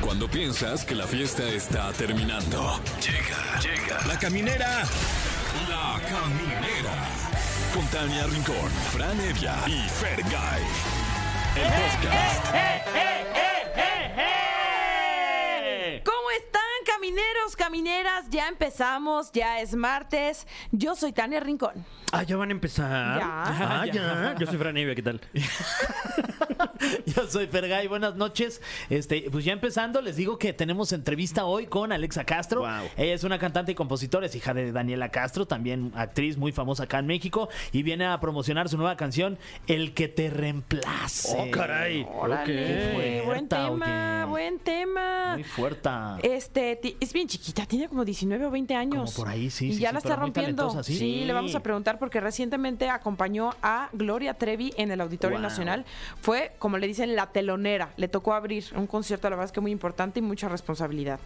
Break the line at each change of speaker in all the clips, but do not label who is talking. Cuando piensas que la fiesta está terminando. Llega, llega. La caminera. La caminera. Con Tania Rincón, Fran Evia y Fer El podcast.
¿Cómo están, camineros, camineras? Ya empezamos, ya es martes. Yo soy Tania Rincón.
Ah, ya van a empezar.
Ya.
Ah, ya. Yo soy Fran Evia, ¿qué tal?
Yo soy Fergay, buenas noches. Este, pues ya empezando, les digo que tenemos entrevista hoy con Alexa Castro.
Wow.
Ella es una cantante y compositora, es hija de Daniela Castro, también actriz muy famosa acá en México, y viene a promocionar su nueva canción, El que te reemplace.
Oh, caray.
Órale,
Qué
buen
fuerte,
tema,
oye.
buen tema.
Muy fuerte.
Este, ti- es bien chiquita, tiene como 19 o 20 años.
Como por ahí, sí,
Y
sí,
ya
sí,
la está
pero muy
rompiendo.
talentosa, sí.
Sí, le vamos a preguntar porque recientemente acompañó a Gloria Trevi en el Auditorio
Wow.
Nacional. Fue, como le dicen, la telonera. Le tocó abrir un concierto, la verdad es que muy importante y mucha responsabilidad.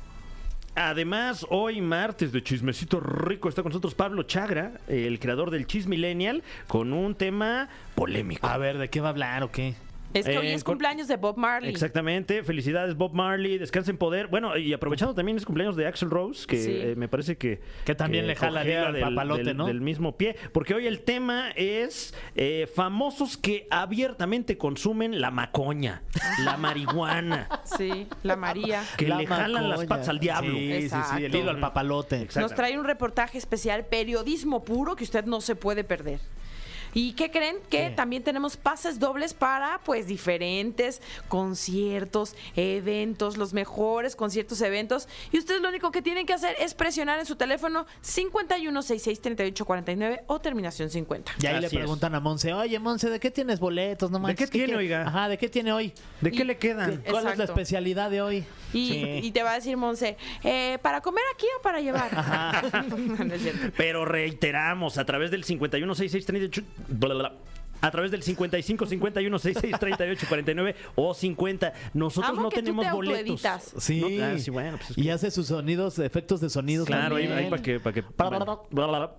Además, hoy martes de Chismecito Rico está con nosotros Pablo Chagra, el creador del Chis Millennial, con un tema polémico.
A ver, ¿de qué va a hablar o qué?
Es que hoy
Eh,
es
con-
cumpleaños de Bob Marley.
Exactamente, felicidades Bob Marley, descansa en poder. Bueno, y aprovechando también es cumpleaños de Axel Rose, que
Sí.
eh, me parece que...
Que también le jala el hilo
cojea
al papalote,
del-
¿no?
Del mismo pie, porque hoy el tema es eh, famosos que abiertamente consumen la macoña, la marihuana.
Sí, la María.
Que le jalan las patas al diablo.
Sí, sí, sí, el
Exacto.
hilo al papalote.
Nos trae un reportaje especial, periodismo puro, que usted no se puede perder. ¿Y qué creen? Que
¿Qué?
también tenemos pases dobles para pues diferentes conciertos, eventos, los mejores conciertos, eventos. Y ustedes lo único que tienen que hacer es presionar en su teléfono 51663849 o terminación 50.
Y ahí le
Así es.
preguntan a Monse, oye Monse, ¿de qué tienes boletos? No manches,
qué tiene,
quie-
oiga?
Ajá, ¿de qué tiene hoy?
¿De
qué
qué
le
le quedan?
¿Cuál es la
Exacto.
especialidad de hoy?
Y,
Sí.
y te va a decir Monse, eh, ¿para comer aquí o para llevar? No es cierto.
Pero reiteramos, a través del 516638 bla, bla, bla, a través del 55 51 66 38 49 o 50. Nosotros
Amo
no
que tú
tenemos
te
boletos.
autoeditas.
Sí.
No, ah, sí, bueno, pues es
y
que-
hace sus sonidos, efectos de sonidos.
Claro, ahí,
también.
ahí para que. Para que
Bla, bla, bla.
bla, bla, bla.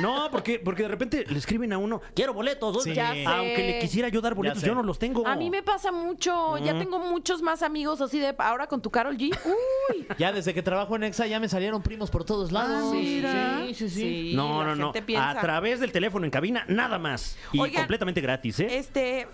No, porque, porque de repente le escriben a uno, quiero boletos. ¿dónde-?"
Sí. Ya sé.
Aunque le quisiera yo dar boletos,
sé.
yo no los tengo.
A mí me pasa mucho, ya tengo muchos más amigos así de ahora con tu Carol G. Uy.
Ya desde que trabajo en Exa ya me salieron primos por
Ah,
todos lados.
sí, Ah, sí,
Ah, No, no, no. A
Atrás.
través del teléfono en cabina, nada más. Y
Oigan,
completamente gratis, ¿eh?
Este,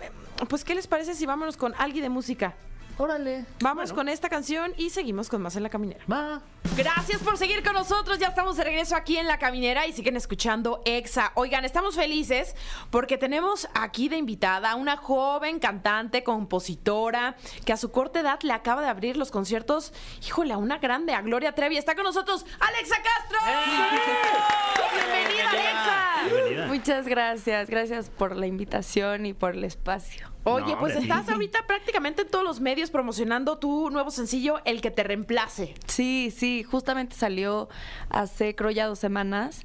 pues, ¿qué les parece si vámonos con alguien de música?
Órale.
Vamos con esta canción y seguimos con más en la caminera.
Va.
Gracias por seguir con nosotros. Ya estamos de regreso aquí en la caminera y siguen escuchando Exa. Oigan, estamos felices porque tenemos aquí de invitada a una joven cantante, compositora, que a su corta edad le acaba de abrir los conciertos. Híjole, a una grande, a Gloria Trevi. Está con nosotros Alexa Castro. Bienvenida, Alexa.
Bienvenida.
Muchas gracias, gracias por la invitación y por el espacio.
Oye,
No,
pues
hombre.
estás ahorita prácticamente en todos los medios promocionando tu nuevo sencillo, El que te reemplace.
Sí, sí, justamente salió hace creo ya dos semanas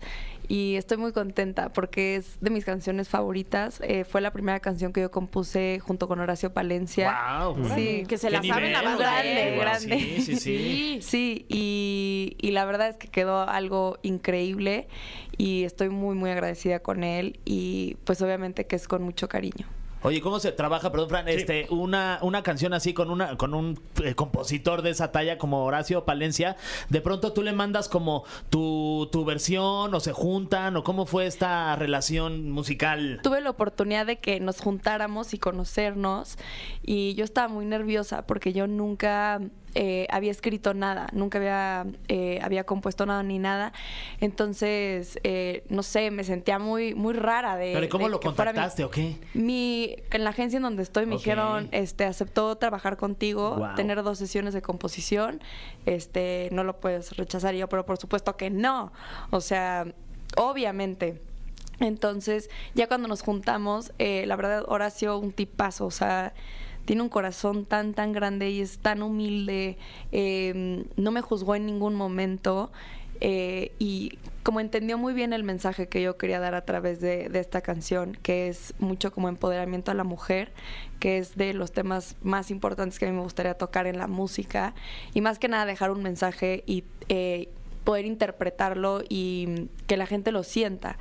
y estoy muy contenta porque es de mis canciones favoritas. Eh, fue la primera canción que yo compuse junto con Horacio Palencia.
Wow.
Sí,
Mm. Que se la ¿eh?
Qué
saben
nivel,
a
grande, grande.
Sí, sí, sí.
Sí, y, y la verdad es que quedó algo increíble y estoy muy, muy agradecida con él y pues obviamente que es con mucho cariño.
Oye, ¿cómo se trabaja, perdón, Fran, este, una, una canción así con una, con un eh, compositor de esa talla como Horacio Palencia? De pronto tú le mandas como tu, tu versión, o se juntan, o cómo fue esta relación musical.
tuve la oportunidad de que nos juntáramos y conocernos y yo estaba muy nerviosa porque yo nunca eh, había escrito nada, nunca había, eh, había compuesto nada ni nada. Entonces, eh, no sé, me sentía muy, muy rara de...
Pero ¿y ¿cómo
de
lo
que fuera mi-
contactaste o qué?
mi, en la agencia en donde estoy me
Ok.
dijeron, este, aceptó trabajar contigo,
Wow.
tener dos sesiones de composición, este, no lo puedes rechazar Y yo, pero por supuesto que no, o sea, obviamente. Entonces, ya cuando nos juntamos, eh, la verdad, Horacio, un tipazo, o sea, tiene un corazón tan, tan grande y es tan humilde, eh, no me juzgó en ningún momento. eh, y como entendió muy bien el mensaje que yo quería dar a través de, de esta canción, que es mucho como empoderamiento a la mujer, que es de los temas más importantes que a mí me gustaría tocar en la música, y más que nada dejar un mensaje y eh, poder interpretarlo y que la gente lo sienta.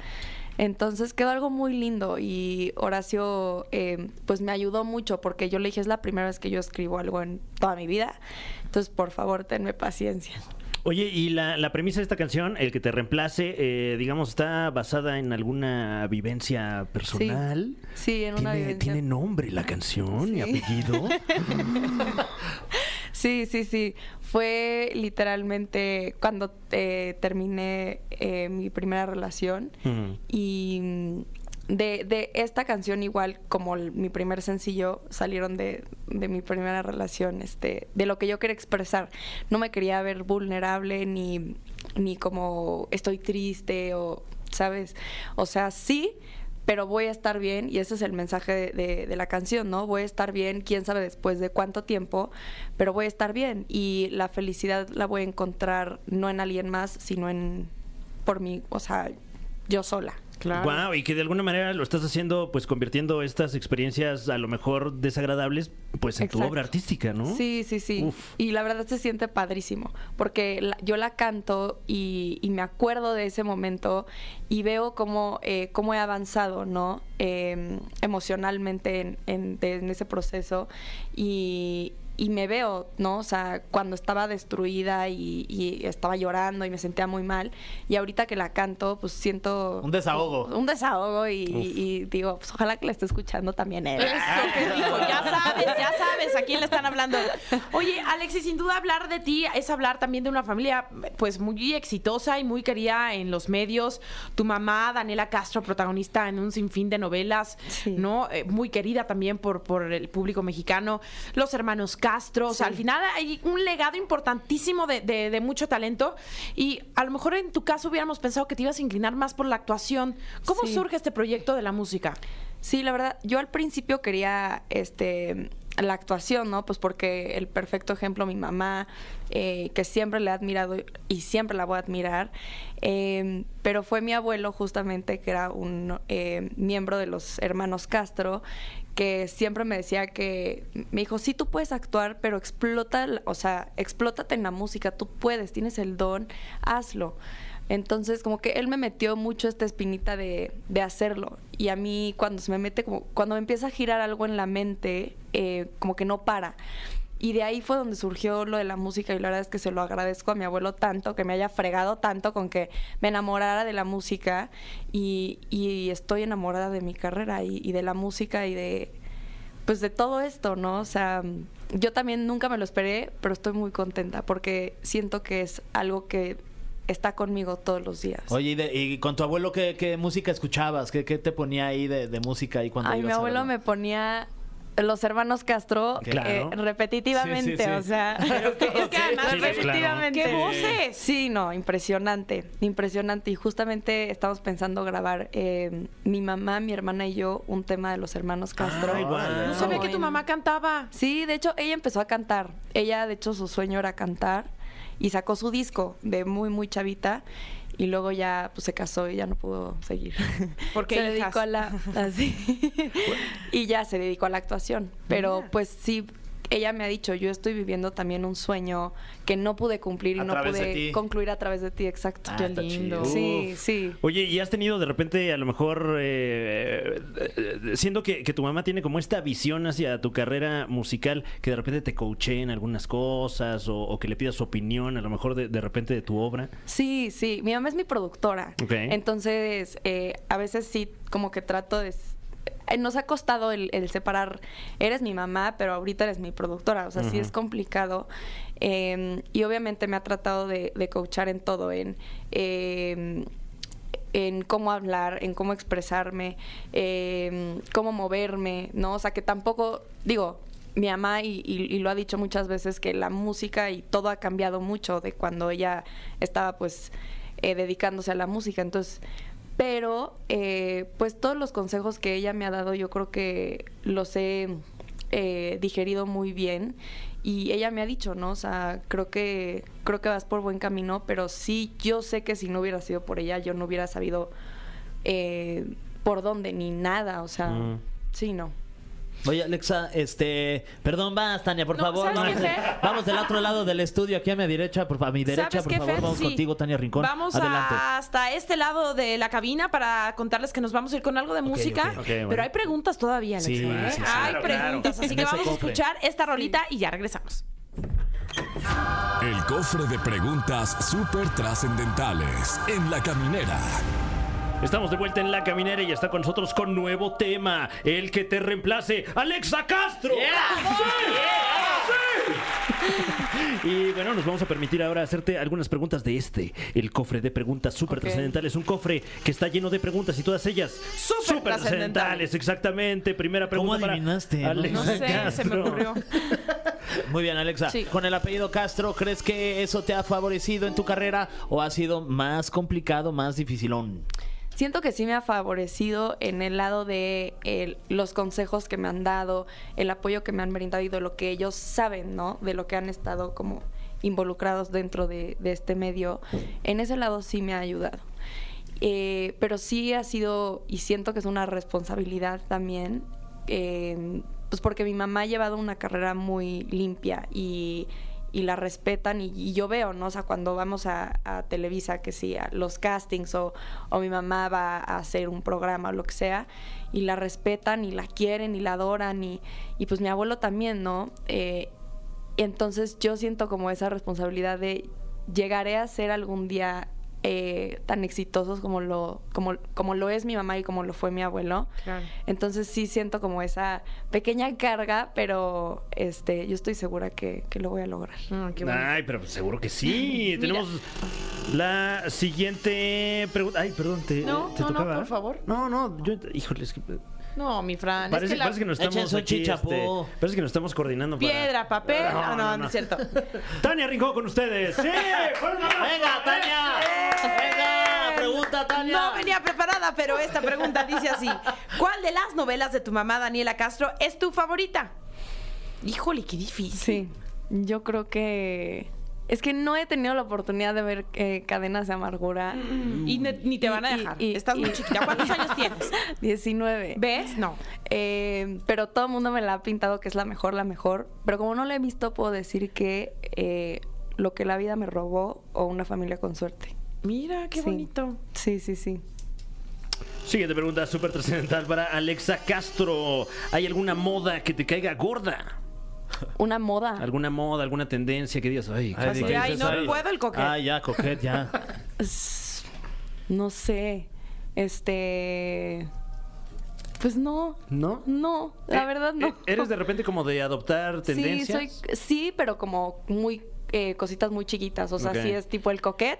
Entonces quedó algo muy lindo y Horacio eh, pues me ayudó mucho porque yo le dije es la primera vez que yo escribo algo en toda mi vida. Entonces por favor tenme paciencia.
Oye, y la, la premisa de esta canción, el que te reemplace, eh, digamos, está basada en alguna vivencia personal.
Sí, en una
¿Tiene,
vivencia.
¿Tiene nombre la canción y
Sí.
apellido?
Sí, sí, sí. Fue literalmente cuando eh, terminé eh, mi primera relación
Mm.
y mm, de, de esta canción igual como el- mi primer sencillo salieron de, de mi primera relación, este, de lo que yo quería expresar. No me quería ver vulnerable ni, ni como estoy triste o, ¿sabes? O sea, sí, pero voy a estar bien, y ese es el mensaje de, de- de la canción, ¿no? Voy a estar bien, quién sabe después de cuánto tiempo, pero voy a estar bien y la felicidad la voy a encontrar no en alguien más, sino en por mí, o sea, yo sola.
Wow, y que de alguna manera lo estás haciendo, pues convirtiendo estas experiencias a lo mejor desagradables, pues en tu
Exacto.
obra artística, ¿no?
Sí, sí, sí.
Uf.
Y la verdad se siente padrísimo, porque la- yo la canto y, y me acuerdo de ese momento y veo cómo, eh, cómo he avanzado, ¿no? Eh, emocionalmente en, en- de- en ese proceso y, y me veo, ¿no? O sea, cuando estaba destruida y, y estaba llorando y me sentía muy mal y ahorita que la canto, pues siento...
Un desahogo.
Un desahogo y, y digo, pues ojalá que la esté escuchando también él.
Eso que dijo, ya sabes, ya sabes a quién le están hablando. Oye, Alexis, sin duda hablar de ti es hablar también de una familia pues muy exitosa y muy querida en los medios. Tu mamá, Daniela Castro, protagonista en un sinfín de novelas,
Sí.
¿no? Eh, muy querida también por, por el público mexicano. Los hermanos Castro, o sea,
Sí.
al final hay un legado importantísimo de, de- de mucho talento y a lo mejor en tu caso hubiéramos pensado que te ibas a inclinar más por la actuación. ¿Cómo
Sí.
surge este proyecto de la música?
Sí, la verdad, yo al principio quería este la actuación, ¿no? Pues porque el perfecto ejemplo, mi mamá, eh, que siempre le he admirado y siempre la voy a admirar, eh, pero fue mi abuelo justamente, que era un eh, miembro de los hermanos Castro, que siempre me decía que, me dijo, sí, tú puedes actuar, pero explota, la- o sea, explótate en la música, tú puedes, tienes el don, hazlo. Entonces, como que él me metió mucho esta espinita de, de hacerlo. Y a mí, cuando se me mete, como cuando me empieza a girar algo en la mente, eh, como que no para. Y de ahí fue donde surgió lo de la música. Y la verdad es que se lo agradezco a mi abuelo tanto, que me haya fregado tanto con que me enamorara de la música. Y, y estoy enamorada de mi carrera y, y de la música y de. Pues de todo esto, ¿no? O sea, yo también nunca me lo esperé, pero estoy muy contenta porque siento que es algo que está conmigo todos los días.
Oye, ¿y, de- y con tu abuelo qué, qué música escuchabas? ¿Qué, qué te ponía ahí de, de música? Ahí cuando
Ay,
ibas
mi
a
abuelo me
verlo?
ponía los hermanos Castro
Claro.
eh, repetitivamente,
Sí, sí, sí.
o sea,
Pero que-
es que además,
Sí, sí,
repetitivamente.
claro. ¡Qué voces!
Sí, no, impresionante, impresionante. Y justamente estamos pensando grabar eh, mi mamá, mi hermana y yo un tema de los hermanos Castro.
Ah,
Ay, guau.
No sabía que tu
En-
mamá cantaba.
Sí, de hecho, ella empezó a cantar. Ella, de hecho, su sueño era cantar y sacó su disco de muy, muy chavita. Y luego ya pues, se casó y ya no pudo seguir.
¿Por qué,
se
hijas?
dedicó a la. Así. y ya se dedicó a la actuación. Pero
Mira.
pues sí, ella me ha dicho: Yo estoy viviendo también un sueño que no pude cumplir y
A
no
través de ti.
pude concluir a través de ti, exacto.
Ah, está
lindo.
chido.
Sí, sí.
Oye, ¿y has tenido de repente, a lo mejor, eh, eh, siendo que, que tu mamá tiene como esta visión hacia tu carrera musical, que de repente te coache en algunas cosas o, o que le pidas su opinión, a lo mejor de, de repente de tu obra?
Sí, sí. Mi mamá es mi productora.
Ok.
Entonces, eh, a veces sí, como que trato de. eh, Nos ha costado el, el separar, eres mi mamá, pero ahorita eres mi productora, o sea, sí
Ujú.
es complicado. Eh, y obviamente me ha tratado de, de coachar en todo, en, eh, en cómo hablar, en cómo expresarme, eh, cómo moverme, ¿no? O sea, que tampoco, digo, mi mamá, y, y- y lo ha dicho muchas veces, que la música y todo ha cambiado mucho de cuando ella estaba, pues, eh, dedicándose a la música. Entonces, pero, eh, pues, todos los consejos que ella me ha dado, yo creo que los he eh, digerido muy bien. Y ella me ha dicho, ¿no? O sea, creo que, creo que vas por buen camino, pero sí, yo sé que si no hubiera sido por ella, yo no hubiera sabido eh, por dónde ni nada, o sea,
Mm.
sí, no.
Oye, Alexa, este. Perdón, vas, Tania, por
No,
favor.
¿sabes qué, Fer?
Vamos del otro lado del estudio, aquí a mi derecha, por, fa- a mi derecha,
¿Sabes
por
qué,
favor.
Fer?
Vamos
Sí.
contigo, Tania Rincón.
Vamos
Adelante.
a- hasta este lado de la cabina para contarles que nos vamos a ir con algo de música.
ok.
Ok, bueno.
Pero hay preguntas todavía, Alexa.
Sí,
¿eh?
sí, sí.
Hay
Claro,
preguntas,
claro.
así que
No se
vamos a
compre.
escuchar esta rolita y ya regresamos.
El cofre de preguntas súper trascendentales en La Caminera.
Estamos de vuelta en La Caminera y está con nosotros con nuevo tema, el que te reemplace, Alexa Castro. ¡Sí! Y bueno, nos vamos a permitir ahora hacerte algunas preguntas de este, el cofre de preguntas súper
Ok.
trascendentales, un cofre que está lleno de preguntas y todas ellas
Súper
súper trascendentales, exactamente. Primera pregunta
¿Cómo
para
adivinaste?
Alexa
No sé, se me
Castro.
ocurrió. Ah,
Muy bien, Alexa.
Sí.
Con el apellido Castro, ¿crees que eso te ha favorecido en tu carrera o ha sido más complicado, más dificilón?
Siento que sí me ha favorecido en el lado de el- los consejos que me han dado, el apoyo que me han brindado y de lo que ellos saben, ¿no? De lo que han estado como involucrados dentro de, de este medio. En ese lado sí me ha ayudado. Eh, pero sí ha sido, y siento que es una responsabilidad también, eh, pues porque mi mamá ha llevado una carrera muy limpia y, y la respetan y, y yo veo, ¿no? O sea, cuando vamos a, a Televisa, que sí, a los castings o, o mi mamá va a hacer un programa o lo que sea, y la respetan y la quieren y la adoran y, y pues mi abuelo también, ¿no? Eh, entonces yo siento como esa responsabilidad de llegaré a ser algún día eh, tan exitosos como lo, como, como lo es mi mamá y como lo fue mi abuelo.
Claro.
Entonces sí siento como esa pequeña carga, pero este, yo estoy segura que, que lo voy a lograr.
Ah, qué bueno.
Ay, pero pues seguro que sí.
Mira.
Tenemos la siguiente pregunta. Ay, perdón, te,
No,
te
no, no,
tocaba.
por favor.
No, no, yo, híjole, es que
No, mi Fran.
parece,
es que la-
parece que nos estamos
Échense un
aquí,
chichapú.
este, parece que nos estamos coordinando para-
Piedra, papel.
No,
Ah, no,
no,
no,
no.
es cierto.
Tania Rincón con ustedes. Sí, fuera un abrazo.
¡Venga, Tania!
¡Eh!
¡Venga! ¡Pregunta, Tania!
No venía preparada, pero esta pregunta dice así: ¿Cuál de las novelas de tu mamá Daniela Castro es tu favorita? Híjole, qué difícil.
Sí, yo creo que... Es que no he tenido la oportunidad de ver eh, Cadenas de Amargura.
Y ne- ni te van a
Y-
dejar.
y-
Estás muy
y-
chiquita. ¿Cuántos años tienes?
19.
¿Ves? No.
Eh, pero todo el mundo me la ha pintado que es la mejor, la mejor. Pero como no la he visto, puedo decir que eh, lo que la vida me robó o una familia con suerte.
Mira, qué
Sí.
bonito.
Sí, sí, sí.
Siguiente pregunta súper trascendental para Alexa Castro. ¿Hay alguna moda que te caiga gorda?
Una moda.
¿Alguna moda, alguna tendencia que digas, ay,
Ay,
Así
¿qué
de, ay,
dices?
no puedo el coquet.
Ay, ya, coquet, ya.
S- No sé. Este. Pues no.
¿No?
No, la
Eh,
verdad no.
eh, ¿Eres de repente como de adoptar
Sí,
tendencias?
soy, sí, pero como muy eh, cositas muy chiquitas. O sea,
Ok.
si es tipo el coquet,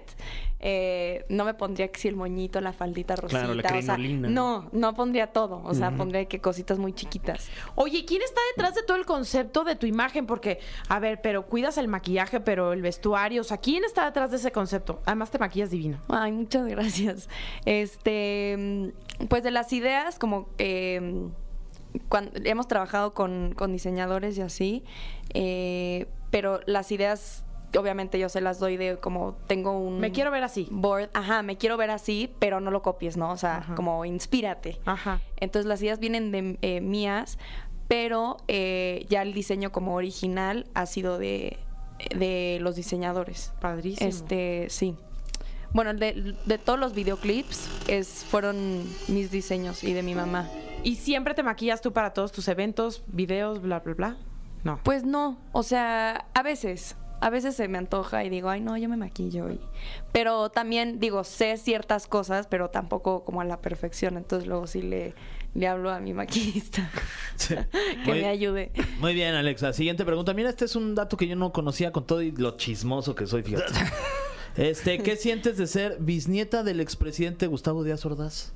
eh, no me pondría que si el moñito, la faldita rosita.
Claro, la
o sea,
crinolina.
no, no pondría todo. O sea, pondría que cositas muy chiquitas.
Oye, ¿quién está detrás de todo el concepto de tu imagen? Porque, a ver, pero cuidas el maquillaje, pero el vestuario. O sea, ¿quién está detrás de ese concepto? Además, te maquillas divino.
Ay, muchas gracias. Este, mm, pues de las ideas, como eh, cuan- hemos trabajado con, con diseñadores y así, eh, pero las ideas, obviamente yo se las doy de como tengo un
Me quiero ver así.
board, ajá, me quiero ver así, pero no lo copies, ¿no? O sea,
Ajá. Ah.
como inspírate.
Ajá.
Entonces las ideas vienen de eh, mías, pero eh, ya el diseño como original ha sido de, de los diseñadores.
Padrísimo.
Este, sí. Bueno, el de, de todos los videoclips es, fueron mis diseños y de mi mamá.
¿Y siempre te maquillas tú para todos tus eventos, videos, bla, bla, bla? No.
Pues no, o sea, a veces, a veces se me antoja y digo, ay no, yo me maquillo. y- Pero también digo, sé ciertas cosas, pero tampoco como a la perfección. Entonces luego sí le, le hablo a mi maquillista
Sí.
que
Muy-
me ayude.
Muy bien, Alexa. Siguiente pregunta. Mira, este es un dato que yo no conocía con todo y lo chismoso que soy, fíjate. Este, ¿qué sientes de ser bisnieta del expresidente Gustavo Díaz Ordaz?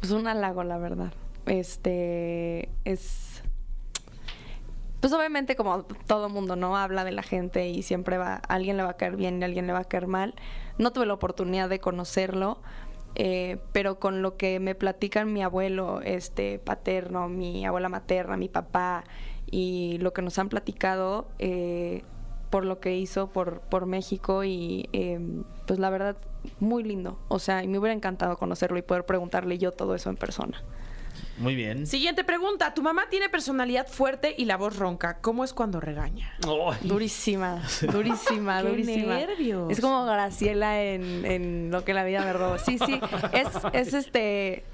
Pues un halago, la verdad. Este es. Pues obviamente, como todo mundo, ¿no? Habla de la gente y siempre va. a alguien le va a caer bien y a alguien le va a caer mal. No tuve la oportunidad de conocerlo. eh, pero con lo que me platican mi abuelo este paterno, mi abuela materna, mi papá y lo que nos han platicado eh, por lo que hizo por, por México y eh, pues la verdad muy lindo. O sea, y me hubiera encantado conocerlo y poder preguntarle yo todo eso en persona.
Muy bien.
Siguiente pregunta. Tu mamá tiene personalidad fuerte y la voz ronca. ¿Cómo es cuando regaña?
Ay,
Durísima, durísima,
Qué
durísima.
nervios.
Es como Graciela en, en lo que la vida me robó. Sí, sí, es, es este,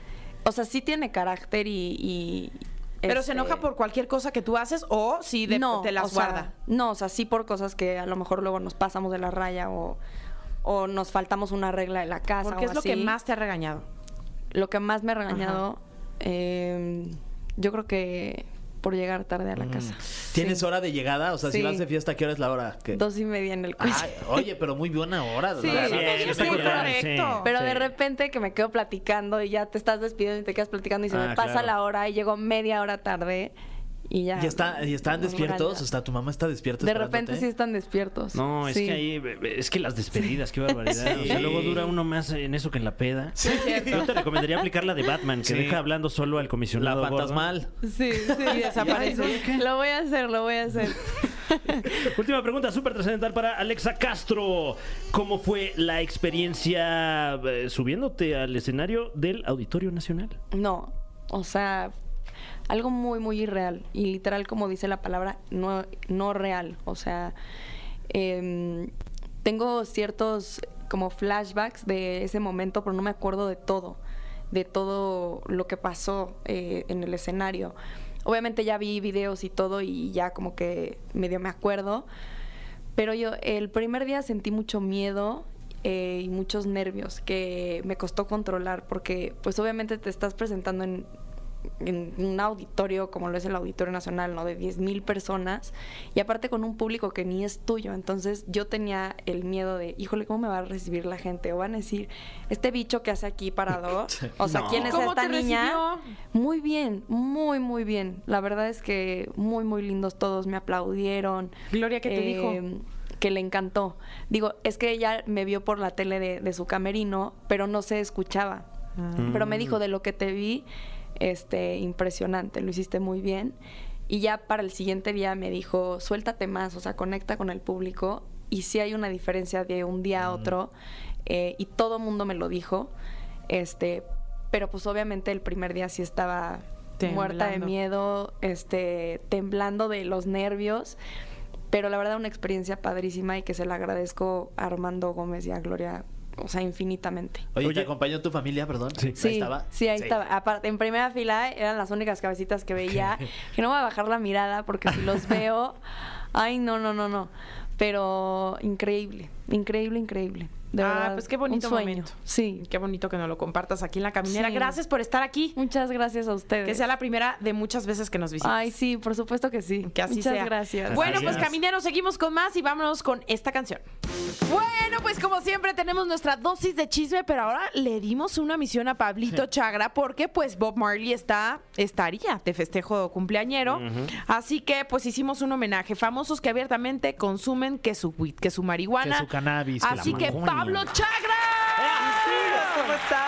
o sea, sí tiene carácter y... y,
¿Pero se
este,
enoja por cualquier cosa que tú haces o si de, te las
o sea,
guarda?
no, o sea, sí por cosas que a lo mejor luego nos pasamos de la raya o, o nos faltamos una regla de la casa.
Porque
o
es lo que
así.
más te ha regañado.
Lo que más me ha regañado, eh, yo creo que por llegar tarde a
Mm.
la casa.
Mm. ¿Tienes
Sí.
hora de llegada? O sea, si
Sí.
vas de fiesta, ¿qué hora es la hora? ¿Qué?
Dos y media en el coche.
Ay, oye, pero muy buena hora.
Sí,
la
sí,
verdad.
sí,
sí, correcto.
Pero de
sí.
repente que me quedo platicando y ya te estás despidiendo y te quedas platicando y se
Ah,
me pasa
claro.
la hora y llego media hora tarde y ya.
¿Y, está, ¿Y están
Me
despiertos?
encanta.
O sea, tu mamá está despierta. ¿eh?
De repente sí
esperándote?
están despiertos.
No, es
Sí.
que ahí, es que las despedidas, qué barbaridad. O sea,
Sí.
luego dura uno más en eso que en la peda. Yo te recomendaría aplicar la de Batman, que
Sí.
deja hablando solo al
La
comisionado. Gordon.
fantasmal.
Sí, sí,
desaparece.
Lo voy a hacer, lo voy a hacer.
Última pregunta, súper trascendental para Alexa Castro. ¿Cómo fue la experiencia eh, subiéndote al escenario del Auditorio Nacional?
No, o sea, algo muy, muy irreal. Y literal, como dice la palabra, no, no real. O sea, em, tengo ciertos como flashbacks de ese momento, pero no me acuerdo de todo, de todo lo que pasó eh, en el escenario. Obviamente ya vi videos y todo y ya como que medio me acuerdo, pero yo el primer día sentí mucho miedo eh, y muchos nervios que me costó controlar porque pues obviamente te estás presentando en, en un auditorio como lo es el Auditorio Nacional, ¿no? De 10.000 personas y aparte con un público que ni es tuyo. Entonces yo tenía el miedo de, híjole, ¿cómo me va a recibir la gente? O van a decir, este bicho que hace aquí parado, o sea,
No.
¿quién es
¿Cómo
esta
te
niña?
recibió?
Muy bien, muy, muy bien. La verdad es que muy, muy lindos todos, me aplaudieron. Eh,
Gloria, ¿qué te dijo?
Que le encantó. Digo, es que ella me vio por la tele de, de su camerino, pero no se escuchaba. Pero me dijo, de lo que te vi, este, impresionante, lo hiciste muy bien. Y ya para el siguiente día me dijo, suéltate más, o sea, conecta con el público. Y sí hay una diferencia de un día a otro. eh, y todo el mundo me lo dijo. Este, pero pues obviamente el primer día sí estaba muerta de
Temblando.
miedo, este, temblando de los nervios. Pero la verdad, una experiencia padrísima y que se la agradezco a Armando Gómez y a Gloria, o sea, infinitamente.
Oye,
Oye.
¿te acompañó tu familia, perdón? ¿Ahí
Sí,
estaba?
sí, ahí estaba. Aparte, en primera fila eran las únicas cabecitas que veía. que no voy a bajar la mirada porque si los veo, ay, no, no, no, no. Pero increíble, increíble, increíble. De
ah,
verdad,
pues qué
un
bonito
sueño.
momento.
Sí.
Qué bonito que nos lo compartas aquí en la caminera.
Sí.
Gracias por estar aquí.
Muchas gracias a ustedes.
Que sea la primera de muchas veces que nos visites.
Ay, sí, por supuesto que sí.
Que así
Muchas
sea.
gracias.
Bueno,
Así
pues
es.
camineros, seguimos con más y vámonos con esta canción. Bueno, pues como siempre tenemos nuestra dosis de chisme, pero ahora le dimos una misión a Pablito Chagra porque pues Bob Marley está estaría de festejo cumpleañero, así que pues hicimos un homenaje, famosos que abiertamente consumen que su weed, que su marihuana,
Que su cannabis, que la Eh,
así que,
marihuana.
Pablo Chagra.
¿Cómo están?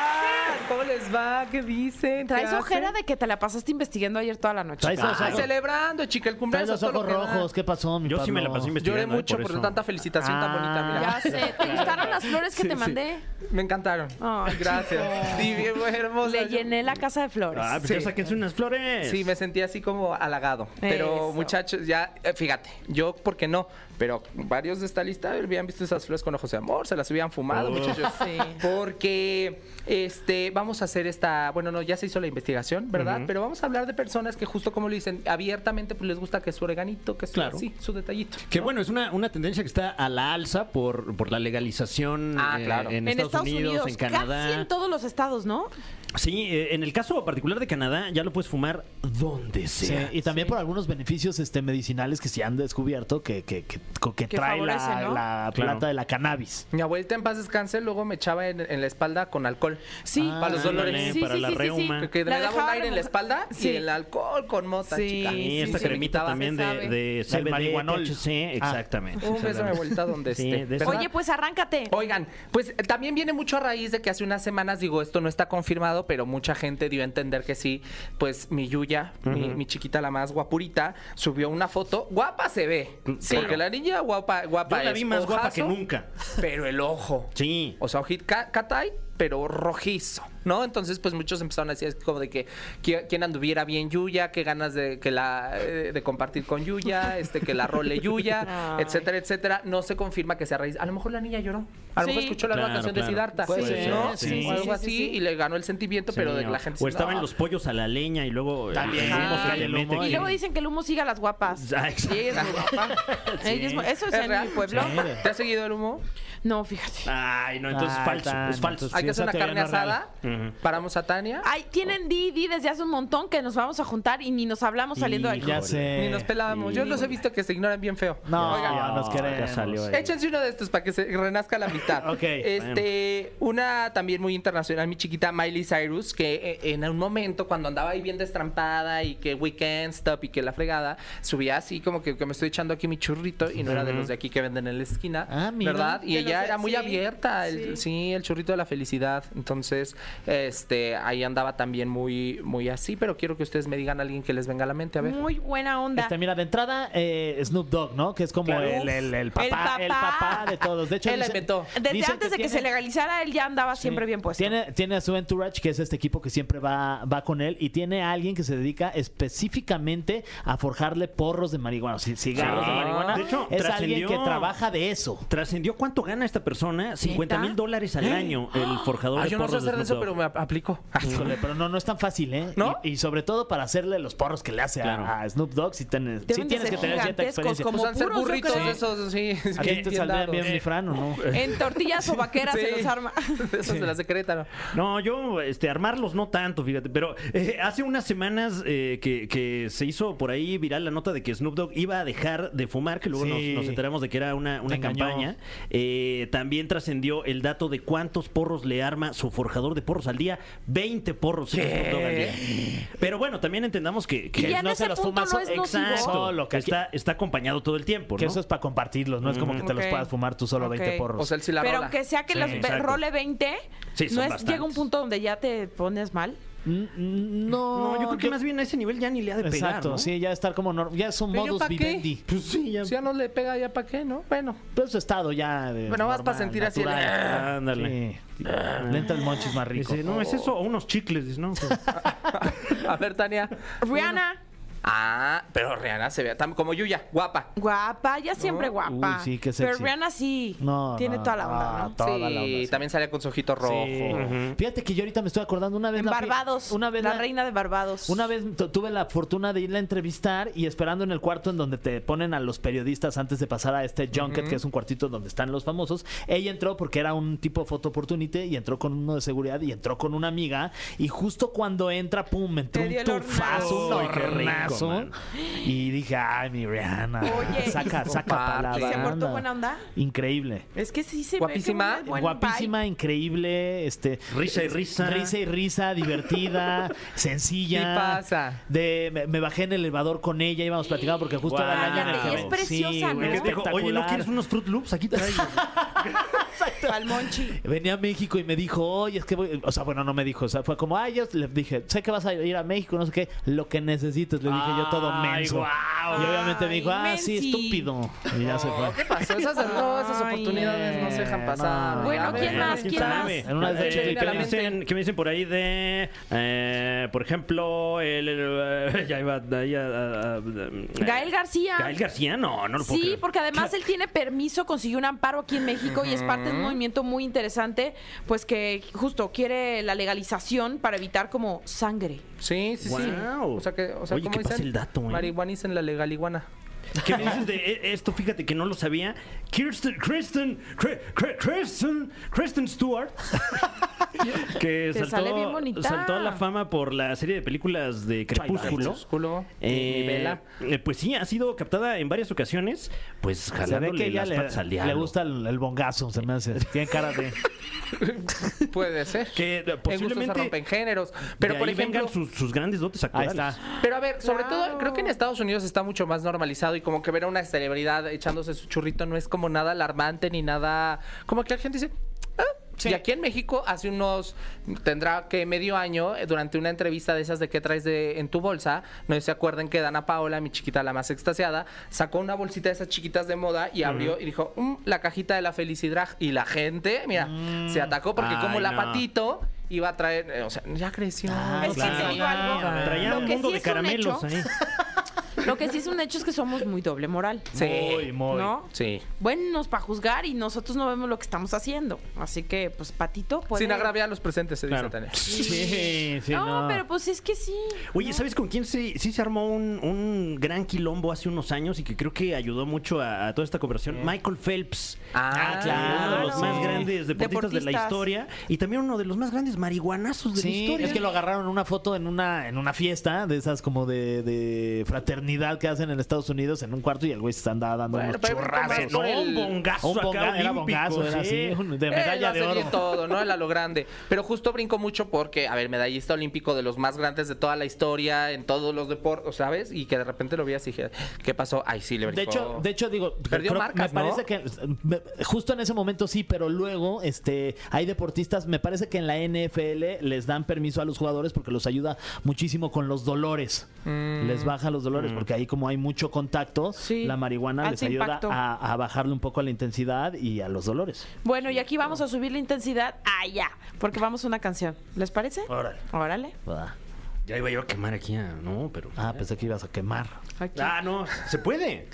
¿Cómo les va? ¿Qué dicen?
Traes
¿Qué
ojera
hacen?
de que te la pasaste investigando ayer toda la noche.
Traes los
Ay,
ojos,
celebrando, chica, el
traes
cumpleaños.
los
a todo
ojos
lo que da.
rojos, ¿qué pasó, mi
Ah, Yo sí me la
Pablo?
pasé investigando. eh,
Lloré mucho por, tanta felicitación tan bonita, mira.
Ya
Ah,
sé, ¿te gustaron las flores que te mandé?
Me encantaron.
Ay,
Gracias. Sí, bien, muy hermosa.
Le
Yo-
llené la casa de flores.
Ah, pues
Sí.
ya sáquense unas flores.
Sí, me sentí así como halagado. Pero
Eso.
muchachos, ya, eh, fíjate, yo, ¿por qué no? Pero varios de esta lista habían visto esas flores con ojos de amor, se las hubieran fumado, muchachos.
Sí.
Porque este, vamos a hacer esta, bueno, no, ya se hizo la investigación, ¿verdad? Pero vamos a hablar de personas que justo como lo dicen, abiertamente pues les gusta que su organito, que su,
Claro.
sí, su detallito.
Que bueno, es una, una tendencia que está a la alza por, por la legalización
Ah,
eh,
claro.
en, Estados, Unidos, en Canadá.
Casi en todos los estados, ¿no?
Sí, eh, en el caso particular de Canadá, ya lo puedes fumar donde
Sí,
sea.
y también por algunos beneficios este, medicinales que se han descubierto que, que, que, co- que
Que
trae la-
favorece,
la,
¿no?
Claro.
planta de la cannabis.
Mi abuelita en paz descanse, luego me echaba en, en la espalda con alcohol. Ah,
Sí.
para los
ándale,
dolores.
Sí,
para
sí,
la
sí, sí, sí.
reuma.
Que, que
La
me daba un
dejaba
aire en
remoja-
la espalda
Sí.
y el alcohol con mota,
Sí.
chica.
Y
Sí,
esta
sí,
cremita
se
también de,
sabe.
de
Del
CBD,
marihuanol.
THC,
Ah.
exactamente.
Un beso a mi
Exactamente.
abuelita donde
Sí,
esté.
de esa-
¿verdad?
Oye, pues arráncate.
Oigan, pues eh, también viene mucho a raíz de que hace unas semanas, digo, esto no está confirmado, pero mucha gente dio a entender que sí, pues mi Yuya, mi, mi chiquita la más guapurita, subió una foto, guapa se ve,
Sí.
porque la niña guapa, guapa
Yo la
es,
vi más guapa
ojazo,
que nunca.
Pero el ojo.
Sí.
O sea, Ojit Ka- Katai pero rojizo, ¿no? Entonces, pues muchos empezaron a decir así como de que qui- quién anduviera bien Yuya, qué ganas de que la eh, de compartir con Yuya, este que la role Yuya,
Ay.
etcétera, etcétera. No se confirma que sea raíz. A lo mejor la niña lloró. A lo
Sí.
mejor escuchó la nueva
Claro,
canción de
claro.
Siddhartha,
Puede ser,
¿no?
sí, sí,
o algo
sí,
así
sí, sí.
y le ganó el sentimiento, pero de
Sí,
que la gente "Ah,
o
no.
estaban los pollos a la leña y luego eh,
También.
el humo se
Ay,
te
el
mete
humo.
aquí.
Y luego dicen que el humo sigue a las guapas.
Ah,
Sí,
exacto.
ella es muy guapa. Ella es muy- Eso es
¿Es
en
real?
mi pueblo.
Sí.
¿Te has seguido el humo?
No, fíjate.
Ay, no, entonces
Ah,
es falso,
tan,
es falso.
entonces-
Hay
Sí,
que hacer
esa
una
teoría
carne
no es real.
asada. Paramos a Tania.
Ay, tienen Didi desde hace un montón que nos vamos a juntar y ni nos hablamos saliendo del
Ya
club.
sé.
Ni nos pelábamos. Yo los he visto que se ignoran bien feo.
No,
Oigan,
ya nos queremos.
Ya salió ahí.
Échense uno de estos para que se renazca la amistad.
Ok,
Este, una también muy internacional, mi chiquita Miley Cyrus, que eh, en un momento cuando andaba ahí bien destrampada y que weekend stop y que la fregada, subía así como que, que me estoy echando aquí mi churrito y no era de los de aquí que venden en la esquina,
Ah, mira.
¿verdad? Y
De los
ella
de-
era muy
sí,
abierta, el- sí.
sí.
el churrito de la felicidad. Entonces, este, ahí andaba también muy muy así, pero quiero que ustedes me digan a alguien que les venga a la mente, a ver.
Muy buena onda.
Este, mira, de entrada, eh, Snoop Dogg, ¿no? Que es como
Claro.
el, el- el papá,
El
el
papá.
papá. de todos. De hecho,
Él la
dice-
inventó.
Desde
dicen
antes de que
tiene-
se legalizara, él ya andaba siempre
Sí.
bien puesto.
Tiene, tiene a su entourage, que es este equipo que siempre va, va con él, y tiene a alguien que se dedica específicamente a forjarle porros de marihuana, o sea, cigarros de
Sí.
marihuana.
De hecho,
es alguien que
trascendió.
trabaja de eso.
Trascendió cuánto gana esta persona, 50 mil dólares al año, el forjador
¿Eh? Ah,
de
yo no sé
porros de
hacer de eso,
Snoop
pero
Dogg.
me ap- aplico.
Híjole, pero no, no es tan fácil, ¿eh?
¿No?
Y, y sobre todo para hacerle los porros que le hace a-
Claro.
a, Snoop Dogg, si, ten- sí
Deben de
tienes
ser
que tener cierta
gigantescos,
experiencia. Pues,
como
Pues han ser
puros, yo
burritos
creo.
esos, sí. Eh,
¿A ti te saldrían bien mi Fran o
Eh,
no?
En tortillas o vaqueras se los arma.
De esos de la secreta,
No, yo, este, armarlos no tanto, fíjate, pero eh, hace unas semanas eh, que, que se hizo por ahí viral la nota de que Snoop Dogg iba a dejar de fumar, que luego
Sí.
nos, nos enteramos de que era una, una
Te engañó.
campaña. Eh, también trascendió el dato de cuántos porros le arma su forjador de porros al día, 20 porros Snoop Dogg al día. Pero bueno, también entendamos que... que
Y ya en
no se
ese
los
punto
fuma
no
so-
es nocivo.
Exacto,
Solo, que-
está, está acompañado todo el tiempo,
Que
¿no?
eso es para compartirlos, no es como que te los
Ok.
puedas fumar tú solo 20
Ok.
porros.
O sea, el sí la
Pero
rola.
aunque sea que
Sí,
los ve-
exacto.
role 20,
Sí, son
no es,
bastantes.
llega un punto donde ya te pones mal.
Mm, mm, no,
No, yo creo que más bien a ese nivel ya ni le ha de pegar,
Exacto,
¿no?
sí, ya estar como nor- ya es un
Pero
modus
¿pa' qué?
vivendi.
Pues sí, ya.
¿no? Si ya no le pega, ¿ya para qué, no? Bueno.
Pero su estado ya. de
Bueno, más
normal,
para sentir así el-
natural.
Ándale.
Sí. Le entra el monchis más rico.
Dice, no, es eso o unos chicles, dice, no. pues.
A ver, Tania.
Rihanna,
Ah, pero Rihanna se ve tam- como Yuya, guapa.
guapa, ya siempre guapa.
Uy, sí, qué
Pero
sexy.
Rihanna sí,
No,
tiene
no, Ah,
toda la onda,
no,
¿no?
Toda
sí,
la onda, sí.
también salía con su ojito rojo.
Sí. Fíjate que yo ahorita me estoy acordando una vez.
En
la fui-
Barbados,
Una vez
la,
la-
reina de Barbados.
Una vez tu- tuve la fortuna de irla a entrevistar y esperando en el cuarto en donde te ponen a los periodistas antes de pasar a este junket, que es un cuartito donde están los famosos, ella entró porque era un tipo photo opportunity y entró con uno de seguridad y entró con una amiga y justo cuando entra, pum, entró
Te
un
dio el
tufazo, un
hornazo. Ay, qué rico,
hornazo.
man.
y dije, ay, mi Rihanna,
Oye,
saca,
y-
saca
comparte.
palabra.
¿Se portó buena onda?
Increíble.
Es que sí se
Guapísima,
ve que buena- buen
Guapísima, increíble, este
Risa y risa.
risa y risa, divertida, sencilla.
¿Qué pasa?
De, me, me bajé en el elevador con ella, íbamos platicando porque justo
Guau.
era el año en el
Cállate,
que
y es
me-
preciosa,
Sí, güey,
¿no?
Que dijo, oye, ¿no
espectacular.
quieres unos Fruit Loops? Aquí traigo.
vibe. Palmonchi.
Venía a México y me dijo, oye, es que voy. O sea, bueno, no me dijo, o sea, fue como, ay, yo le dije, sé que vas a ir a México, no sé qué, lo que necesites, le dije yo todo
Ay,
menso.
guau.
Y obviamente me dijo,
Ay,
ah, sí,
mensi.
estúpido. Y ya se fue.
¿Qué pasó? Esas, no, esas
Ay,
oportunidades no se dejan pasar.
no.
Bueno,
A ver,
¿quién más? ¿Quién más?
pues, sabe?
En una de-
Eh,
Sí,
¿qué,
viene a la
me
mente.
dicen, qué me dicen por ahí de, eh, por ejemplo, el, el- ya iba ahí a- a- a-
Gael García.
Gael García, no, no lo puedo
Sí,
creer.
porque además él tiene permiso, consiguió un amparo aquí en México y es parte de un movimiento muy interesante, pues que justo quiere la legalización para evitar como sangre.
Sí, sí, sí.
Guau.
O sea, que, o sea
Oye,
¿cómo
¿qué pasa
dicen?
el dato, eh?
Marihuanicen la legal iguana.
¿Qué me dices de e- esto? Fíjate que no lo sabía. Kirsten, Kristen, Cre- Cre- Kristen, Kristen Stewart. Que
Te sale bien
saltó,
bonita.
saltó a la fama por la serie de películas de Crepúsculo.
Crepúsculo.
Eh,
Mi vela.
eh, pues sí, ha sido captada en varias ocasiones, pues
Se ve
jalándole
que ella
las patas al
le,
diablo.
le gusta el, el bongazo, se me hace. Tiene cara de.
Puede ser.
que eh,
En gustos se rompen
posiblemente
géneros. Pero,
de
por
ahí
ejemplo,
vengan sus, sus grandes dotes
Ahí
actuales.
está.
Pero a ver, sobre
Claro.
todo, creo que en Estados Unidos está mucho más normalizado y como que ver a una celebridad echándose su churrito no es como nada alarmante ni nada. Como que la gente dice. "Ah, Y aquí en México, hace unos, tendrá que medio año, eh, durante una entrevista de esas de qué traes de, en tu bolsa, no sé si se acuerdan que Dana Paola, mi chiquita la más extasiada, sacó una bolsita de esas chiquitas de moda y abrió y dijo, "Mm, la cajita de la felicidad. Y la gente, mira, se atacó porque como
Ay,
la
no.
patito iba a traer, eh, o sea, ya creció.
Ah,
Es que te digo algo.
claro.
Traía
Lo
un
que
mundo
sí
de
es un
caramelos
hecho.
ahí.
Lo que sí es un hecho es que somos muy doble moral.
Sí.
Muy, muy.
¿No?
Sí.
Buenos para juzgar y nosotros no vemos lo que estamos haciendo. Así que, pues, Patito puede...
Sin agraviar a los presentes, se
Claro.
dice Tania.
Sí, sí,
no,
no.
pero pues es que sí.
Oye, ¿sabes con quién sí, sí se armó un, un gran quilombo hace unos años y que creo que ayudó mucho a, a toda esta conversión? Michael Phelps.
Ah,
Uno de los
claro.
más grandes deportistas, de la
Deportistas.
historia y también uno de los más grandes marihuanazos de la
Sí,
historia.
es que lo agarraron en una foto en una en una fiesta de esas como de, de fraternidad que hacen en Estados Unidos en un cuarto y el güey se andaba dando
Bueno,
unos
pero
churrazos.
más
No,
por el-
un bongazo
Un bonga-
acá
era
olímpico,
bongazo, era
sí.
así, un- de Eh,
Él
medalla
Eh, hace
de oro.
bien todo, ¿no? Él a lo grande. Pero justo brinco mucho porque, a ver, medallista olímpico de los más grandes de toda la historia, en todos los deportes, ¿sabes? Y que de repente lo veas y dije, ¿qué pasó? Ay, sí, le brincó.
De hecho, de hecho digo,
Perdió
creo-
marcas,
me
¿no?
parece que me- justo en ese momento sí, pero luego este hay deportistas, me parece que en la NFL les dan permiso a los jugadores porque los ayuda muchísimo con los dolores.
Mm.
Les baja los dolores porque ahí como hay mucho contacto,
Sí.
la
Ah,
marihuana les
Alto
ayuda
impacto.
a, a bajarle un poco a la intensidad y a los dolores.
Bueno, y aquí vamos a subir la intensidad allá, porque vamos a una canción. ¿Les parece?
Órale.
Órale.
Ah,
Ya iba yo a quemar aquí, ah, no, pero.
ah, pensé que ibas a quemar.
Aquí,
Ah, no, se puede.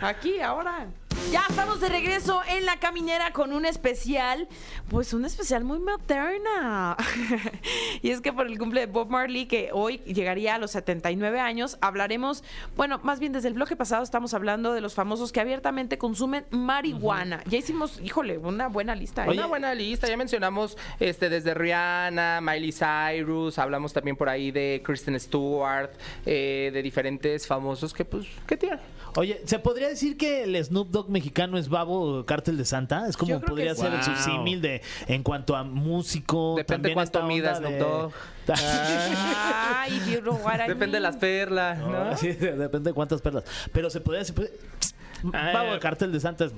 aquí, ahora. Ya estamos de regreso en la caminera con un especial, pues un especial muy moderna. y es que por el cumple de Bob Marley, que hoy llegaría a los 79 años, hablaremos, bueno, más bien desde el bloque pasado estamos hablando de los famosos que abiertamente consumen marihuana. Ya hicimos, híjole, una buena lista. ¿eh?
Una buena lista, ya mencionamos este desde Rihanna, Miley Cyrus, hablamos también por ahí de Kristen Stewart, eh, de diferentes famosos que pues, ¿qué tienen?
Oye, ¿se podría decir que el Snoop Dogg mexicano es Babo o Cártel de Santa? Es como
Yo creo
podría
que
ser el
sí.
subsímil de en cuanto a músico. también
Depende cuánto
esta onda
midas, Snoop
de- Ah,
Dogg.
Ah. Ay, you know what I
Depende de
mean.
las perlas, ¿no?
Sí, depende de cuántas perlas. Pero se podría decir. pues, Babo de Cártel de Santa es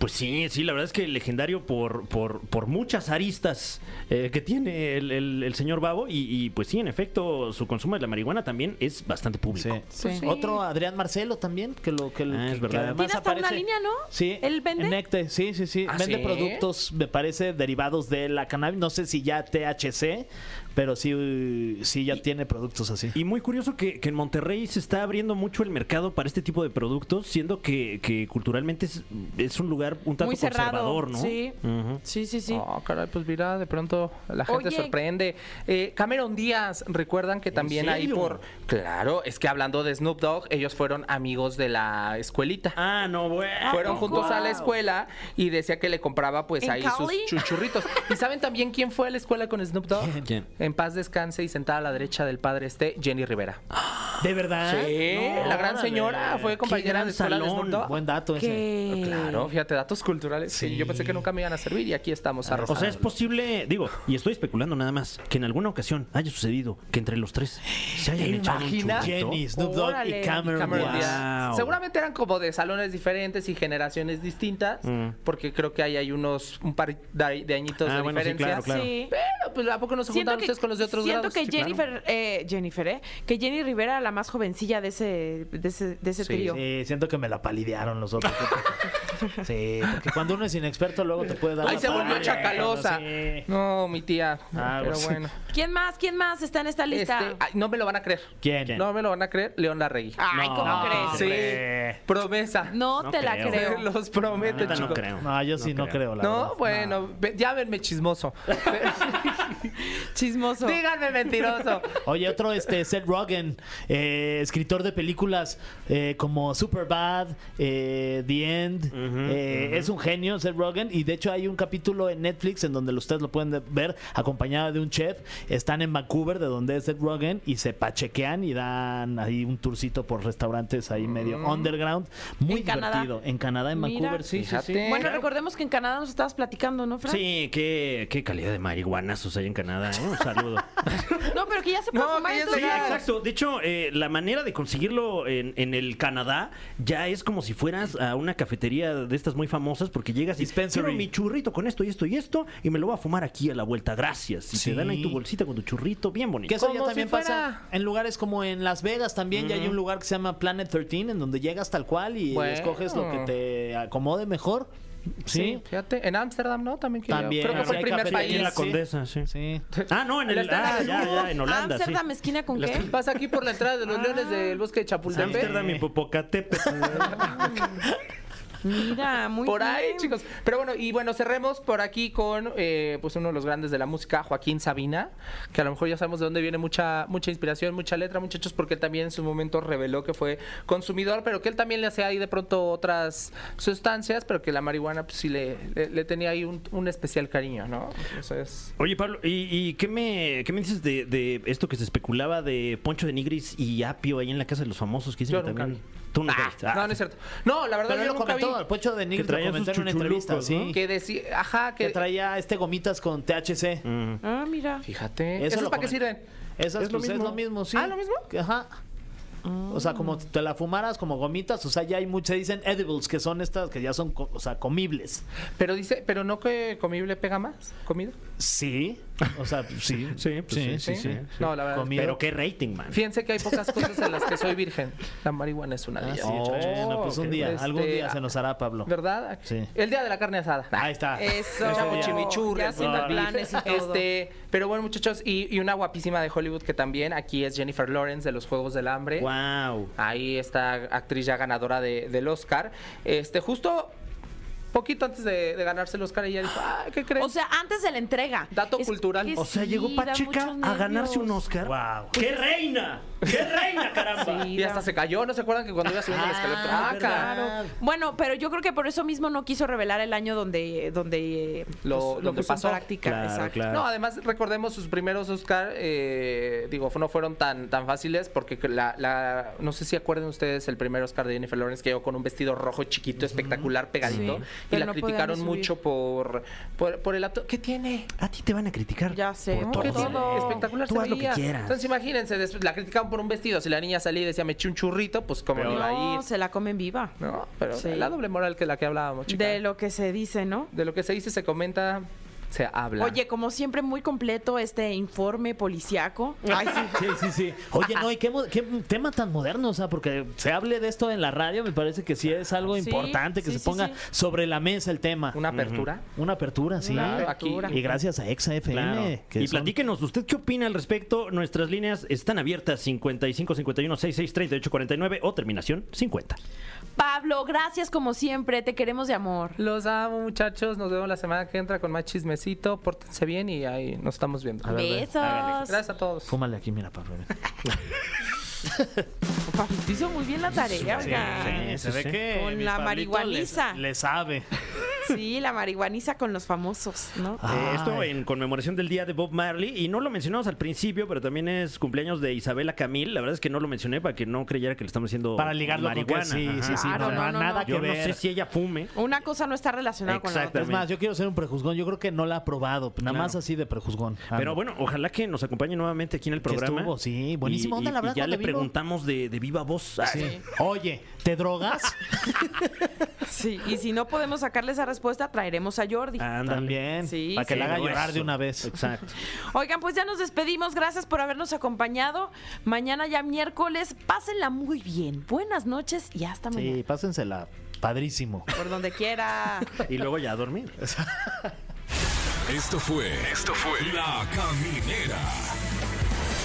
Pues sí, sí, la verdad es que legendario por, por, por muchas aristas eh, que tiene el, el- el señor Babo. Y, y, pues sí, en efecto, su consumo de la marihuana también es bastante público.
Sí.
Pues Otro Adrián Marcelo también, que lo que, lo-
Ah, es
que- que
verdad.
además
Tiene hasta una
aparece-
línea, ¿no?
Sí.
¿Él vende?
en Necte, sí, sí, sí.
¿Ah,
vende
sí?
productos, me parece, derivados de la cannabis. No sé si ya THC, pero sí, sí ya tiene productos así.
Y muy curioso que, que en Monterrey se está abriendo mucho el mercado para este tipo de productos, siendo que, que culturalmente es, es un lugar un tanto
Muy cerrado,
conservador, ¿no?
sí.
Ujú.
Sí, sí, sí.
Oh, caray, pues mira, de pronto la gente
Oye.
sorprende. Eh, Cameron Díaz, recuerdan que también ahí
serio?
por. Claro, es que hablando de Snoop Dogg, ellos fueron amigos de la escuelita.
Ah, no, bueno.
Fueron juntos a la
Wow.
escuela y decía que le compraba pues
¿En
ahí
Cali?
sus chuchurritos. ¿Y saben también quién fue a la escuela con Snoop Dogg?
¿Quién? ¿Quién?
En paz descanse y sentada a la derecha del padre este, Jenny Rivera.
¿De verdad?
Sí, la gran señora fue compañera
gran
de escuela de
salón.
Snoop Dogg.
Buen dato ese.
Eh,
¿Qué?
Claro, fíjate, datos culturales. que Yo pensé que nunca me iban a servir y aquí estamos
Ah, O sea,
arrojados.
es posible, digo, y estoy especulando nada más, que en alguna ocasión haya sucedido que entre los tres se hayan
¿Te
echado un
imaginas?
churrito.
Jenny, Snoop Dogg
Órale.
y Cameron,
Cameron
Diaz.
Diaz.
Wow.
Seguramente eran como de salones diferentes y generaciones distintas, porque creo que ahí hay unos un par de, de añitos
Ah,
de
bueno, sí,
diferencia.
Claro.
Sí.
Pero pues a poco no se juntaron ustedes con los de otros
siento
grados?
que
Sí, claro.
Jennifer, eh, Jennifer, eh, que Jenny Rivera era la más jovencilla de ese, de ese, de ese
Sí,
trío.
Sí, siento que me la palidearon los otros. Sí, porque cuando uno es inexperto luego te puede dar
Ay,
la
se volvió
pálida,
chacalosa.
sí.
No, mi tía.
Ah,
pero
pues.
bueno.
¿Quién más? ¿Quién más está en esta
Este,
lista?
ay, no me lo van a creer.
¿Quién?
No me lo van a creer, León Larregui.
Ay, ¿cómo
no,
crees?
Sí,
hombre.
promesa.
No,
No
te la
creo.
creo.
Se los prometo,
Neta,
chicos.
no creo.
No, yo sí no, creo, la verdad.
No, bueno, ve- llámenme chismoso.
Chismoso.
Díganme mentiroso.
Oye, otro este Seth Rogen, eh, escritor de películas eh, como Superbad, eh, The End, eh, es un genio Seth Rogen y de hecho hay un capítulo en Netflix en donde ustedes lo pueden ver acompañado de un chef, están en Vancouver de donde es Seth Rogen y se pachequean y dan ahí un tourcito por restaurantes ahí medio underground, muy
En Canadá.
divertido en Canadá en
Mira.
Vancouver, sí, sí, sí.
Fíjate.
Bueno, recordemos que en Canadá nos estabas platicando, ¿no, Fran?
Sí, qué, qué calidad de marihuanazos hay en Canadá, ¿eh? Un saludo.
No, pero que ya se puede
No,
fumar
que
en
ya es
todos
Sí,
legal.
lados.
exacto. De hecho, eh, la manera de conseguirlo en, en el Canadá ya es como si fueras a una cafetería panadería de estas muy famosas porque llegas y
Dispensary.
quiero mi churrito con esto y esto y esto y me lo voy a fumar aquí a la vuelta, gracias. Y
Sí.
te dan ahí tu bolsita con tu churrito, bien bonito.
Que eso ya
Como si
también
fuera-
pasa en lugares como en Las Vegas también. Ya hay un lugar que se llama Planet 13 en donde llegas tal cual y
Bueno.
escoges lo que te acomode mejor. Sí.
Fíjate, en Ámsterdam, ¿no? También, que yo-
También.
creo que fue el
Hay
primer
cafetería
país.
en
la
sí.
Condesa, sí.
Sí.
Ah, no, en el
Pero está
ah,
en
ya, ya, en Holanda, sí.
Amsterdam, esquina con qué?
Pasa aquí por la entrada de los Leones del Bosque de Chapultepec.
Ámsterdam y Popocatépetl.
Mira, muy
por ahí,
bien.
chicos. Pero bueno, y bueno, cerremos por aquí con eh, pues uno de los grandes de la música, Joaquín Sabina, que a lo mejor ya sabemos de dónde viene mucha, mucha inspiración, mucha letra, muchachos, porque él también en su momento reveló que fue consumidor, pero que él también le hacía ahí de pronto otras sustancias, pero que la marihuana pues sí le, le- le tenía ahí un, un especial cariño, ¿no? Entonces,
Oye, Pablo, ¿y, y qué, me, qué me dices de, de esto que se especulaba de Poncho de Nigris y Apio ahí en la casa de los famosos? Que dicen
Yo
que
nunca
también.
vi.
Tú nunca viste. Ah.
no, no es cierto. No, la verdad
Pero él
yo
lo
nunca vi
comentó, el Pocho de Nigris
Que traía
lo comentó en
sus
una entrevista,
chuchulucos,
sí.
¿no?
Que,
que decía, ajá, que,
que traía este gomitas con THC.
Mm.
Ah, mira.
fíjate, ¿eso,
lo
es para qué
comentó.
sirven?
Esas,
Es lo
pues, es
mismo.
lo mismo, sí.
Ah, ¿lo mismo?
Que- Ajá. O sea, como te la fumaras como gomitas, o sea, ya hay muchas, se dicen edibles, que son estas que ya son, co- o sea, comibles.
Pero dice, pero no que comible pega más, comida.
Sí, o sea, sí.
Sí, pues sí, sí, sí.
No, la verdad.
Comido.
Pero qué rating, man.
Fíjense que hay pocas cosas en las que soy virgen. La marihuana es una de
Ah, sí,
ellas.
bueno, pues un
ok.
día,
Este,
algún día se nos hará, Pablo.
¿Verdad?
Sí.
El día de la carne asada.
Ahí está. Este,
Eso.
Echamos
Ya
chimichurri,
haciendo
haciendo
planes y todo.
Este, pero bueno, muchachos, y, y una guapísima de Hollywood que también aquí es Jennifer Lawrence de los Juegos del Hambre.
Wow.
Ahí está actriz ya ganadora de- del Oscar. Este, justo poquito antes de, de ganarse el Oscar, ella dijo, "Ah, ¿qué creen?
O sea, antes de la entrega.
Dato cultural.
que
O sea,
sí,
llegó
da
Pacheca
muchos
a ganarse un
nervios.
Oscar.
Wow.
¡Qué reina! ¡Qué reina, caramba!
Sí,
y hasta
da-
se cayó, ¿no se acuerdan que cuando iba subiendo la escalera?
Ah,
¡Ah, cara!
¿verdad?
Bueno, pero yo creo que por eso mismo no quiso revelar el año donde, donde, pues,
Lo- donde
puso en
pasó.
práctica.
Claro,
exacto.
claro.
No, además recordemos sus primeros Oscar, eh, digo, no fueron tan, tan fáciles porque la, la- no sé si acuerdan ustedes el primer Oscar de Jennifer Lawrence que llegó con un vestido rojo chiquito, espectacular, pegadito,
Sí,
y
pero
la
no podía ni
criticaron
subir.
mucho por, por, por el acto. ¿Qué tiene?
A ti te van a criticar.
Ya sé.
por
No,
todo.
¿Qué tiene?
todo.
Espectacular
Tú
se
haz lo que
veía.
quieras.
Entonces imagínense, después la criticaban por un vestido, si la niña salía y decía me eché un churrito, pues como iba a
No,
ir.
se la comen viva.
No, pero
Sí.
la doble moral que la que hablábamos, chica.
De lo que se dice, ¿no?
De lo que se dice, se comenta, se habla.
Oye, como siempre, muy completo este informe policiaco. Ay, sí.
Sí, sí, sí. Oye, no, y qué, mo- qué tema tan moderno, o sea, porque se hable de esto en la radio, me parece que sí es algo
Sí,
importante que
sí,
se
sí,
ponga
sí.
sobre la mesa el tema.
una apertura.
Una apertura, sí.
Claro,
apertura.
aquí.
Y gracias a Exa FM.
Claro.
que
y
son-
platíquenos, ¿usted qué opina al respecto? Nuestras líneas están abiertas 55 51 66 38 49 o terminación 50.
Pablo, gracias como siempre. Te queremos de amor.
Los amo, muchachos. Nos vemos la semana que entra con más chismecito. Pórtense bien y ahí nos estamos viendo.
Besos.
Gracias a todos.
Fúmale aquí, mira, Pablo. ven.
Pablo, te hizo muy bien la tarea, oiga.
sí, se ve
que
Con
mi
la
Pablito
marihuaniza.
Le, le sabe.
Sí, la marihuaniza con los famosos, ¿no?
Ah.
Eh, esto
Ay.
en conmemoración del día de Bob Marley y no lo mencionamos al principio, pero también es cumpleaños de Isabela Camil. La verdad es que no lo mencioné para que no creyera que le estamos haciendo
Para ligarlo con que
marihuana.
sí,
Ajá.
sí, sí,
Claro,
no,
no, no,
nada
no.
que
Yo no
ver.
sé si ella fume.
Una cosa no está relacionada con la otra.
Es más, yo quiero ser un prejuzgón. Yo creo que no la ha probado. Nada
Claro.
más así de prejuzgón. Ah,
Pero
no.
bueno, ojalá que nos acompañe nuevamente aquí en el
Que
programa.
estuvo, sí, buenísima
Y-
onda,
y-
la verdad,
y ya
cuando
le
vino.
preguntamos de, de viva voz. Ay,
Sí. Oye, ¿te drogas?
Sí, y si no podemos sacarle esa respuesta, traeremos a Jordi.
ándale.
También.
Sí,
para que
sí,
la haga
grueso.
llorar de una vez.
Exacto.
Oigan, pues ya nos despedimos. Gracias por habernos acompañado. Mañana ya miércoles. Pásenla muy bien. Buenas noches y hasta mañana.
Sí, pásensela. Padrísimo.
Por donde quiera.
Y luego ya a dormir.
Esto fue. Esto fue. La Caminera.